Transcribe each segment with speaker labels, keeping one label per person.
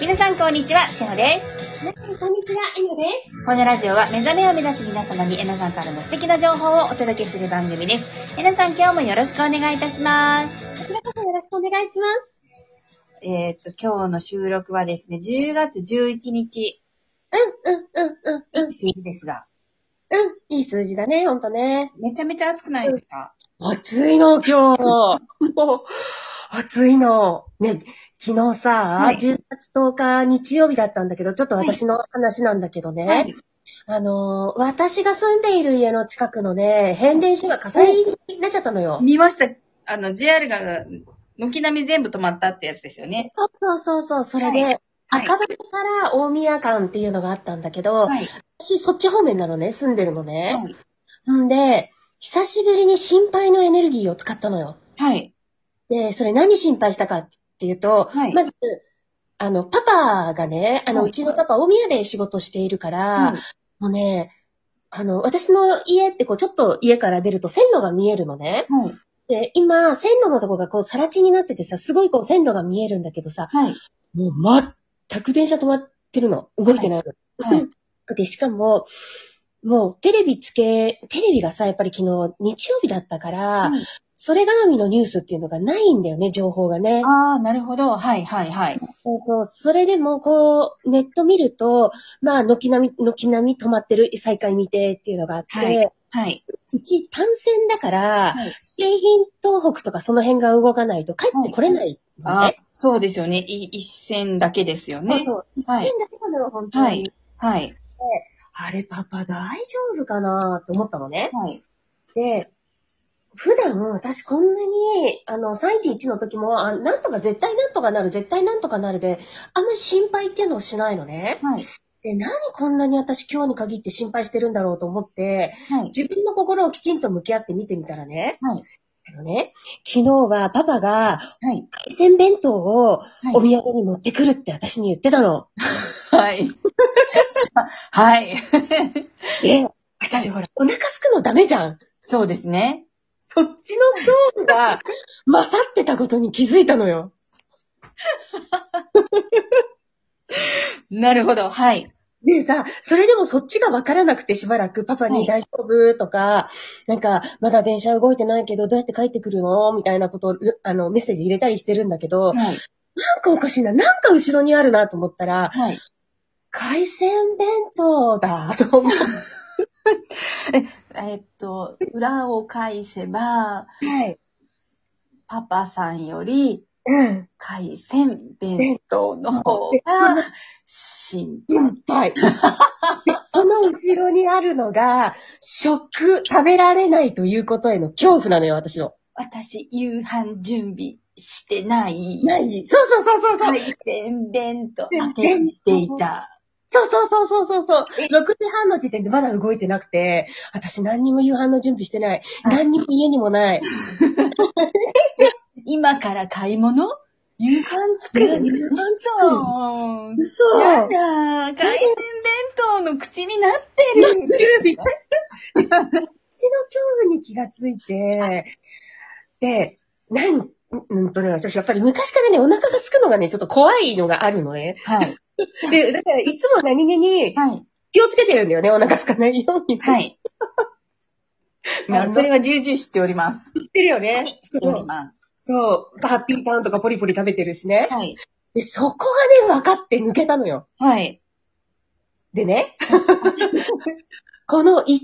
Speaker 1: 皆さんこんにちは、しほです。
Speaker 2: 皆さん、こんにちは、えのです。
Speaker 1: このラジオは目覚めを目指す皆様にえのさんからの素敵な情報をお届けする番組です。えのさん今日もよろしくお願いいたします。
Speaker 2: こちらこそよろしくお願いします。
Speaker 1: えーっと、今日の収録はですね、10月11日、
Speaker 2: うん、うん、うん、うん、うん、
Speaker 1: 数日ですが、
Speaker 2: うん。いい数字だね、ほんとね。
Speaker 1: めちゃめちゃ暑くないですか、
Speaker 2: 暑いの、今日。もう、暑いの。ね、昨日さ、
Speaker 1: はい
Speaker 2: 10月10日日曜日だったんだけど、ちょっと私の話なんだけどね。
Speaker 1: はい
Speaker 2: あのー、私が住んでいる家の近くのね、変電所が火災になっちゃったのよ。
Speaker 1: 見ました。あの、JR が軒並み全部止まったってやつですよね。
Speaker 2: そうそうそうそう、それで、
Speaker 1: は
Speaker 2: 赤羽から大宮間っていうのがあったんだけど、
Speaker 1: はい。
Speaker 2: 私そっち方面なのね、住んでるのね。
Speaker 1: はい。
Speaker 2: んで、久しぶりに心配のエネルギーを使ったのよ。
Speaker 1: はい。
Speaker 2: で、それ何心配したかっていうと、
Speaker 1: はい
Speaker 2: まず、あの、パパがね、あの、
Speaker 1: はいう
Speaker 2: ちのパパ、大宮で仕事しているから、
Speaker 1: はい
Speaker 2: もうね、あの、私の家ってこう、ちょっと家から出ると線路が見えるのね。
Speaker 1: はい。
Speaker 2: で、今、線路のとこがこう、さら地になっててさ、すごいこう、線路が見えるんだけどさ、
Speaker 1: はい。
Speaker 2: もう全く電車止まってるの。動いてないの。
Speaker 1: はい。
Speaker 2: で、しかも、もうテレビつけ、テレビがさ、やっぱり昨日日曜日だったから、
Speaker 1: はい
Speaker 2: それ絡みのニュースっていうのがないんだよね、情報がね。
Speaker 1: ああ、なるほど。はい、はい、はい。
Speaker 2: そうそう。それでも、こう、ネット見ると、まあ、軒並み、軒並み止まってる再開未定っていうのがあって、
Speaker 1: はいはい。
Speaker 2: うち単線だから、
Speaker 1: はい
Speaker 2: 京浜東北とかその辺が動かないと帰ってこれないのね、
Speaker 1: あそうですよね。い一線だけですよね。
Speaker 2: そうそう。一
Speaker 1: はい
Speaker 2: 線だけなのよ、本当に。
Speaker 1: はい。はい。
Speaker 2: あれ、パパ大丈夫かなって思ったのね。
Speaker 1: はい。
Speaker 2: で、普段私こんなに、あの、311の時も、あなんとか絶対なんとかなる、絶対なんとかなるで、あんまり心配っていうのをしないのね。
Speaker 1: はい。
Speaker 2: で、何こんなに私今日に限って心配してるんだろうと思って、
Speaker 1: はい。
Speaker 2: 自分の心をきちんと向き合って見てみたらね、
Speaker 1: はい。
Speaker 2: あのね、昨日はパパが
Speaker 1: はい。
Speaker 2: 海鮮弁当をお
Speaker 1: はい。
Speaker 2: 土産に持ってくるって私に言ってたの。
Speaker 1: はい。 はい。
Speaker 2: で、私ほら、お腹すくのダメじゃん。
Speaker 1: そうですね。
Speaker 2: そっちの恐怖が勝ってたことに気づいたのよ。
Speaker 1: なるほど。はい。
Speaker 2: でさ、それでもそっちがわからなくてしばらくパパ
Speaker 1: は
Speaker 2: に
Speaker 1: い
Speaker 2: 大丈夫とか、なんか、まだ電車動いてないけど、どうやって帰ってくるのみたいなことを、うあの、メッセージ入れたりしてるんだけど、
Speaker 1: はい。
Speaker 2: なんかおかしいな、なんか後ろにあるなと思ったら、
Speaker 1: はい。
Speaker 2: 海鮮弁当だと思っ
Speaker 1: えっと、裏を返せば、
Speaker 2: て。はい。
Speaker 1: パパさんより、
Speaker 2: うん。
Speaker 1: 海鮮弁当の方が、心
Speaker 2: 心配。でその後ろにあるのが、食、食べられないということへの恐怖なのよ、私の。
Speaker 1: 私、夕飯準備してない。
Speaker 2: ないそうそうそうそうそう。
Speaker 1: 海鮮弁当当てにしていた。
Speaker 2: そうそうそうそうそうそう。
Speaker 1: え
Speaker 2: 6時半の時点でまだ動いてなくて、私何にも夕飯の準備してない。
Speaker 1: はい
Speaker 2: 何にも家にもない。
Speaker 1: 今から買い物夕飯作る
Speaker 2: ね夕飯作る
Speaker 1: そう。
Speaker 2: 嘘
Speaker 1: やだー、海鮮弁当の口にな ってる。
Speaker 2: みたい私の恐怖に気がついて、で、なん、うんとね、私やっぱり昔からね、お腹が空くのがね、ちょっと怖いのがあるのね。
Speaker 1: はい。
Speaker 2: で、だからいつも何気に
Speaker 1: はい。
Speaker 2: 気をつけてるんだよね、お腹空かないように。
Speaker 1: はい。
Speaker 2: なん
Speaker 1: それは重々知っております。
Speaker 2: 知ってるよね。
Speaker 1: 知っております。
Speaker 2: そう、ハッピーターンとかポリポリ食べてるしね。
Speaker 1: はい。
Speaker 2: で、そこがね、分かって抜けたのよ。
Speaker 1: はい。
Speaker 2: でね、 この一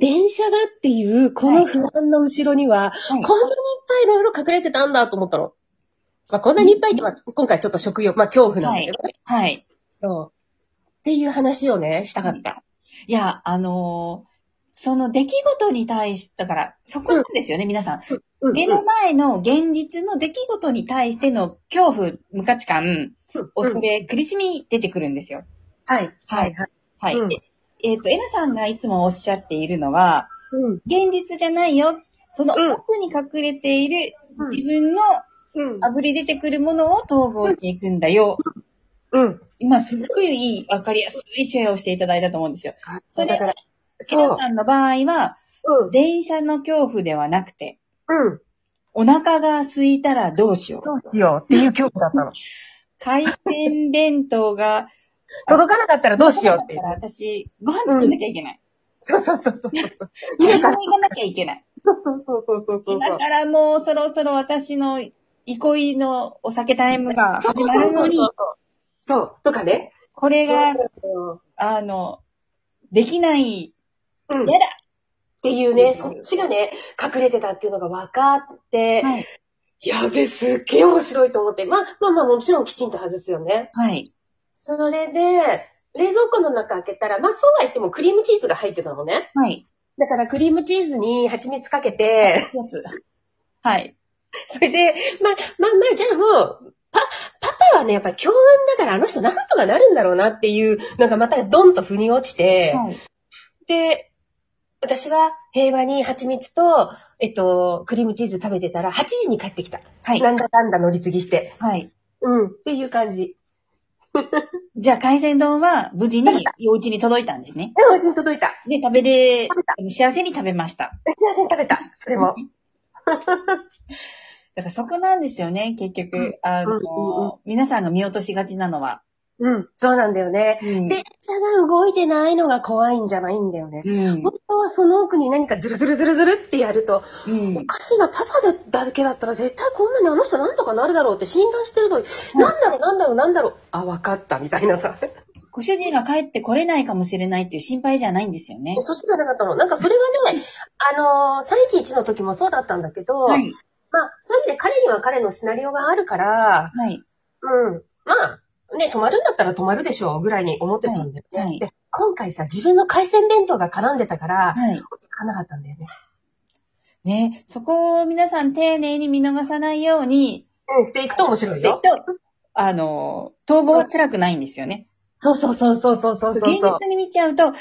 Speaker 2: 見電車がっていう、この不安の後ろに
Speaker 1: はい
Speaker 2: は、こんなにいっぱいいろいろ隠れてたんだと思ったの。まあ、こんなにいっぱいって、まあ、今回ちょっと食欲、まあ恐怖なんだけどね。
Speaker 1: はい。
Speaker 2: そう。っていう話をね、したかった。
Speaker 1: いや、あのーその出来事に対し、だから、そこなんですよね、皆さん。
Speaker 2: うん
Speaker 1: 目の前の現実の出来事に対しての恐怖、無価値観、恐
Speaker 2: うん
Speaker 1: れ、苦しみ出てくるんですよ。
Speaker 2: はい。。
Speaker 1: はい
Speaker 2: はい。
Speaker 1: はい。
Speaker 2: うん
Speaker 1: でえっ、と、エナさんがいつもおっしゃっているのは、
Speaker 2: うん。
Speaker 1: 現実じゃないよ。その
Speaker 2: うん
Speaker 1: 奥に隠れている
Speaker 2: うん
Speaker 1: 自分の
Speaker 2: うん
Speaker 1: あぶり出てくるものを統合していくんだよ。
Speaker 2: うん。
Speaker 1: 今すっごくいい、わかりやすいシェアをしていただいたと思うんですよ。そ
Speaker 2: そう、
Speaker 1: れ
Speaker 2: だから、
Speaker 1: エ
Speaker 2: そ
Speaker 1: ナ
Speaker 2: う。
Speaker 1: さんの場合は、
Speaker 2: うん。
Speaker 1: 電車の恐怖ではなくて、
Speaker 2: うん。
Speaker 1: お腹が空いたらどうしよう。
Speaker 2: どうしようっていう恐怖だったの。
Speaker 1: 海鮮弁当が、
Speaker 2: 届かなかったらどうしようってい
Speaker 1: だ
Speaker 2: う
Speaker 1: か。ら私、ご飯作んなきゃいけない。
Speaker 2: そうそうそうそうそう。
Speaker 1: 買
Speaker 2: 今
Speaker 1: い
Speaker 2: から、
Speaker 1: 物行かなきゃいけない。
Speaker 2: そうそうそうそうそうそう。
Speaker 1: だからもうそろそろ私の憩いのお酒タイムが始まるのに
Speaker 2: そう、そうそうそう。そう、とかね。
Speaker 1: これが、
Speaker 2: そう
Speaker 1: あの、できない、
Speaker 2: うん。
Speaker 1: やだ
Speaker 2: っていうね、そっちがね、隠れてたっていうのが分かって、
Speaker 1: はい。
Speaker 2: やべ、すっげえ面白いと思って、まあまあまあもちろんきちんと外すよね。
Speaker 1: はい。
Speaker 2: それで、冷蔵庫の中開けたら、まあそうは言ってもクリームチーズが入ってたのね。
Speaker 1: はい。
Speaker 2: だからクリームチーズに蜂蜜かけて、
Speaker 1: やつ。はい。
Speaker 2: それで、まあまあまあじゃあもう、パ、パパはね、やっぱり強運だからあの人なんとかなるんだろうなっていう、なんかまたドンと腑に落ちて、
Speaker 1: はい。
Speaker 2: で、私は平和に蜂蜜と、えっと、クリームチーズ食べてたら、8時に帰ってきた。
Speaker 1: はい。
Speaker 2: なんだかんだ乗り継ぎして。
Speaker 1: はい。
Speaker 2: うん。っていう感じ。
Speaker 1: じゃあ、海鮮丼は無事にお家に届いたんですね。
Speaker 2: でも、うちに届いた。
Speaker 1: で、食べれ
Speaker 2: 食べた、
Speaker 1: 幸せに食べました。
Speaker 2: 幸せに食べた。それも。
Speaker 1: だからそこなんですよね、結局。あの、
Speaker 2: うんうん
Speaker 1: 皆さんが見落としがちなのは。
Speaker 2: うん。そうなんだよね。
Speaker 1: うん
Speaker 2: 電車が動いてないのが怖いんじゃないんだよね。
Speaker 1: うん
Speaker 2: 本当はその奥に何かズルズルズルズルってやると、
Speaker 1: うん
Speaker 2: おかしいな、パパだだけだったら絶対こんなにあの人なんとかなるだろうって信頼してるのに、なんだろうなんだろうなんだろう、あ、わかったみたいな さ。
Speaker 1: ご主人が帰ってこれないかもしれないっていう心配じゃないんですよね。
Speaker 2: そっちじゃなかったの。なんかそれはね、あのー、311の時もそうだったんだけど、
Speaker 1: はい。
Speaker 2: まあ、そういう意味で彼には彼のシナリオがあるから、
Speaker 1: はい。
Speaker 2: うん。まあ、ね、止まるんだったら止まるでしょうぐらいに思ってたんだよね。
Speaker 1: はいはい
Speaker 2: で、今回さ、自分の海鮮弁当が絡んでたから、
Speaker 1: はい。
Speaker 2: 落ち着かなかったんだよね。
Speaker 1: ね、そこを皆さん丁寧に見逃さないように、
Speaker 2: うん、していくと面白い
Speaker 1: えっ
Speaker 2: よ
Speaker 1: と。、あの、統合は辛くないんですよね。
Speaker 2: そうそうそうそうそうそうそう。
Speaker 1: 現実に見ちゃうと、あ、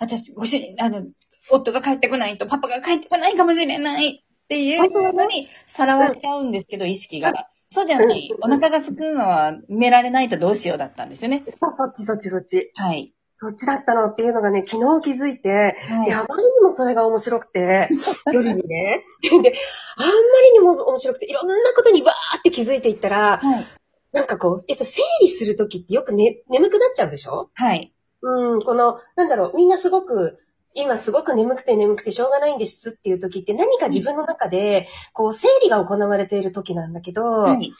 Speaker 1: 私、ご主人、あの、夫が帰ってこないと、パパが帰ってこないかもしれないっていうのに、さらわれちゃうんですけど、意識が。そうじゃない。お腹がすくのは、埋められないとどうしようだったんですよね。
Speaker 2: そうそっちそっちそっち。
Speaker 1: はい。
Speaker 2: そっちだったのっていうのがね、昨日気づいて、
Speaker 1: はい
Speaker 2: や、あまりにもそれが面白く て、夜にね。で、あんまりにも面白くて、いろんなことにわーって気づいていったら、
Speaker 1: はい。
Speaker 2: なんかこう、やっぱ整理するときってよくね、眠くなっちゃうでしょ
Speaker 1: はい。
Speaker 2: うん、この、なんだろう、みんなすごく、今すごく眠くて眠くてしょうがないんですっていう時って何か自分の中で、こう、整理が行われている時なんだけど、
Speaker 1: はい。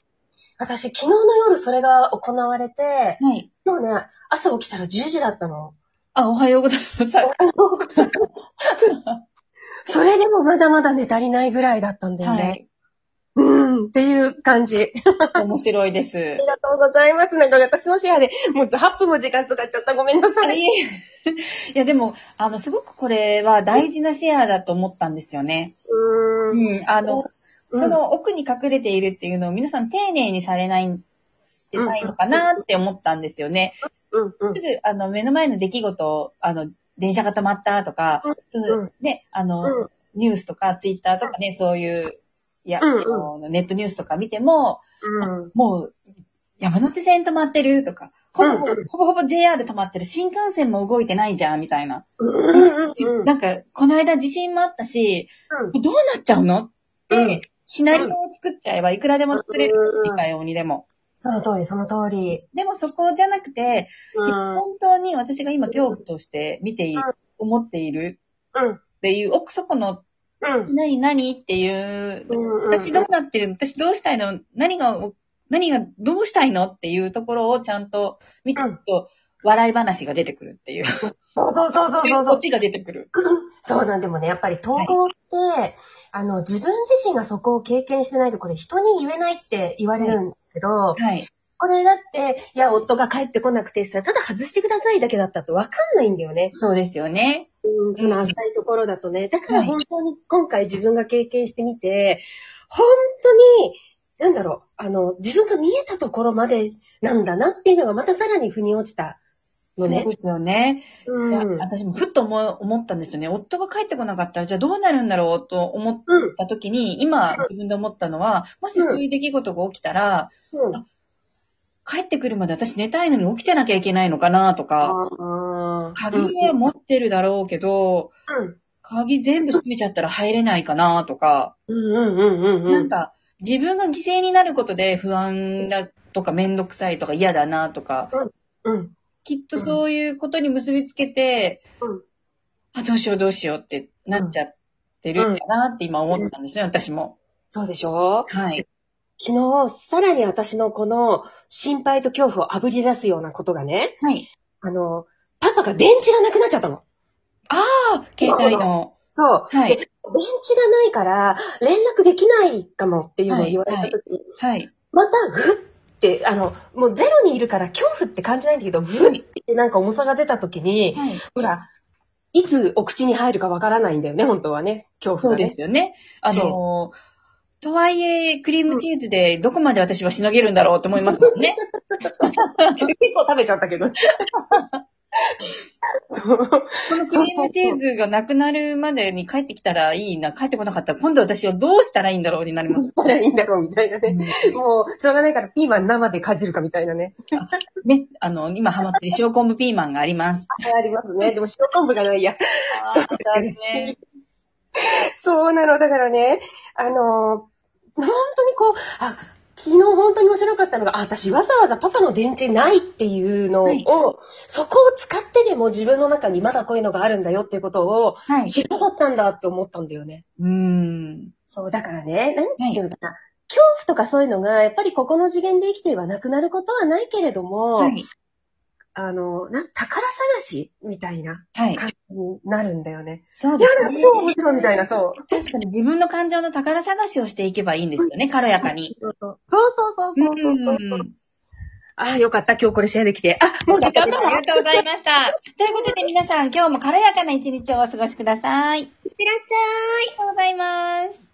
Speaker 2: 私昨日の夜それが行われて、
Speaker 1: はい。
Speaker 2: 今日ね、朝起きたら10時だったの。
Speaker 1: あ、おはようございます。は
Speaker 2: それでもまだまだ寝足りないぐらいだったんだよね。
Speaker 1: い。
Speaker 2: うん、っていう感じ。あ
Speaker 1: 面白いです
Speaker 2: り。がとうございます。なんか私のシェアで、もう8分も時間使っちゃった。ごめんないさ
Speaker 1: や
Speaker 2: い。
Speaker 1: いえいや、でも、あの、すごくこれは大事なシェアだと思ったんですよね。
Speaker 2: う。
Speaker 1: うんん。あの、
Speaker 2: うん
Speaker 1: その奥に隠れているっていうのを皆さん丁寧にされない、ってないのかなって思ったんですよね。
Speaker 2: うん、うん
Speaker 1: す。ぐ、あの、目の前の出来事を、あの、電車が止まったとか
Speaker 2: うん、
Speaker 1: その
Speaker 2: うん
Speaker 1: ね、あの、
Speaker 2: うん
Speaker 1: ニュースとかツイッターとかね、そういう、いや、
Speaker 2: うんうん
Speaker 1: あのネットニュースとか見ても、
Speaker 2: うん。
Speaker 1: もう、山手線止まってるとか、ほぼほぼ
Speaker 2: うんうん
Speaker 1: ほぼほぼ JR 止まってる、新幹線も動いてないじゃん、みたいな。
Speaker 2: うんうんうん。
Speaker 1: なんか、この間地震もあったし、
Speaker 2: うん
Speaker 1: どうなっちゃうのっ
Speaker 2: うん
Speaker 1: て、シナリオを作っちゃえば、いくらでも作れる。いかようにでも。
Speaker 2: その通り、その通り。
Speaker 1: でもそこじゃなくて、
Speaker 2: うん。
Speaker 1: 本当に私が今恐怖として見てい、
Speaker 2: うん
Speaker 1: 思っている
Speaker 2: うん。
Speaker 1: っていう、奥底の
Speaker 2: うん。
Speaker 1: 何何っていう、
Speaker 2: うん
Speaker 1: 私どうなってるの私どうしたいの何が、何がどうしたいのっていうところをちゃんと見てると、笑い話が出てくるっていう。
Speaker 2: そうそうそうそうそうそ
Speaker 1: こ
Speaker 2: う
Speaker 1: っ。ちが出てくる。
Speaker 2: そうなんでもね、やっぱり統合って、あの、自分自身がそこを経験してないと、これ人に言えないって言われるんですけど、
Speaker 1: はい。
Speaker 2: これだって、いや、夫が帰ってこなくてさ、ただ外してくださいだけだったとわかんないんだよね。
Speaker 1: そうですよね。
Speaker 2: うん、その浅いところだとね。だから
Speaker 1: はい
Speaker 2: 本当に今回自分が経験してみて、本当に、なんだろう、あの、自分が見えたところまでなんだなっていうのがまたさらに腑に落ちた
Speaker 1: そ
Speaker 2: の
Speaker 1: う
Speaker 2: ね。
Speaker 1: ですよね。
Speaker 2: う
Speaker 1: いや
Speaker 2: ん。
Speaker 1: 私もふっと思う思ったんですよね。夫が帰ってこなかったら、じゃあどうなるんだろうと思っ
Speaker 2: うん。
Speaker 1: た時に、今自分で思ったのは、もしそういう出来事が起きたら、
Speaker 2: うん
Speaker 1: 帰ってくるまで私寝たいのに起きてなきゃいけないのかなとか、
Speaker 2: あー
Speaker 1: 鍵は持ってるだろうけど、
Speaker 2: うん
Speaker 1: 鍵全部閉めちゃったら入れないかなとか、
Speaker 2: うんうんうんうんうん。
Speaker 1: なんか自分が犠牲になることで不安がとかめんどくさいとか嫌だなとか、
Speaker 2: うん。
Speaker 1: きっとそういうことに結びつけて、
Speaker 2: うん
Speaker 1: あ、どうしようどうしようってなっちゃってるかなって今思ったんですね、私も。
Speaker 2: そうでしょ
Speaker 1: はい。
Speaker 2: 昨日、さらに私のこの心配と恐怖を炙り出すようなことがね、
Speaker 1: はい。
Speaker 2: あの、パパが電池がなくなっちゃったの。
Speaker 1: あ携帯の。
Speaker 2: そう。
Speaker 1: はい
Speaker 2: で電池がないから、連絡できないかもっていうのを言われた時に、
Speaker 1: はい。
Speaker 2: また、ふって、あの、もうゼロにいるから恐怖って感じないんだけど、ふってなんか重さが出た時に、
Speaker 1: はい。
Speaker 2: ほら、いつお口に入るかわからないんだよね、本当はね。恐
Speaker 1: そ
Speaker 2: 怖
Speaker 1: う
Speaker 2: が、ね。
Speaker 1: ですよね。あの、とはいえ、クリームチーズでどこまで私はしのげるんだろうと思いますもんね。
Speaker 2: 結構食べちゃったけど。 そう。
Speaker 1: このクリームチーズがなくなるまでに帰ってきたらいいな、帰ってこなかったら今度私はどうしたらいいんだろうになり
Speaker 2: ど
Speaker 1: ま
Speaker 2: う
Speaker 1: す。
Speaker 2: したらいいんだろうみたいなね。
Speaker 1: ね、
Speaker 2: もう、しょうがないからピーマン生でかじるかみたいなね。
Speaker 1: あの、今ハマってる塩昆布ピーマンがあります。
Speaker 2: あります ね。でも塩昆布がないや。
Speaker 1: ああ、そうですね。
Speaker 2: そうなの。だからね、あのー本当にこう、あ、昨日本当に面白かったのが、あ、私わざわざパパの電池ないっていうのを、
Speaker 1: はい
Speaker 2: そこを使ってでも自分の中にまだこういうのがあるんだよっていうことを
Speaker 1: はい。
Speaker 2: 知らなかったんだって思ったんだよね。
Speaker 1: うーん。
Speaker 2: そう、だからね、なんていうのかな。恐怖とかそういうのが、やっぱりここの次元で生きていればなくなることはないけれども、
Speaker 1: はい。
Speaker 2: あの、な、宝探しみたいな
Speaker 1: はい。
Speaker 2: 感じになるんだよね。
Speaker 1: そう
Speaker 2: いや
Speaker 1: です、ね。
Speaker 2: 超面白いみたいな、そう。
Speaker 1: 確かに自分の感情の宝探しをしていけばいいんですよね、軽やかに。
Speaker 2: そうそうそうそうそうそうそう。
Speaker 1: うん
Speaker 2: ああ、よかった。今日これシェアできて。あ、
Speaker 1: も
Speaker 2: もう
Speaker 1: う
Speaker 2: 時
Speaker 1: 時
Speaker 2: 間
Speaker 1: 間だ
Speaker 2: だわ。
Speaker 1: あ
Speaker 2: いっ
Speaker 1: りがとうございました。ということで皆さん、今日も軽やかな一日をお過ごしください。いって
Speaker 2: らっしゃい。
Speaker 1: らっしゃい。ありがとうございます。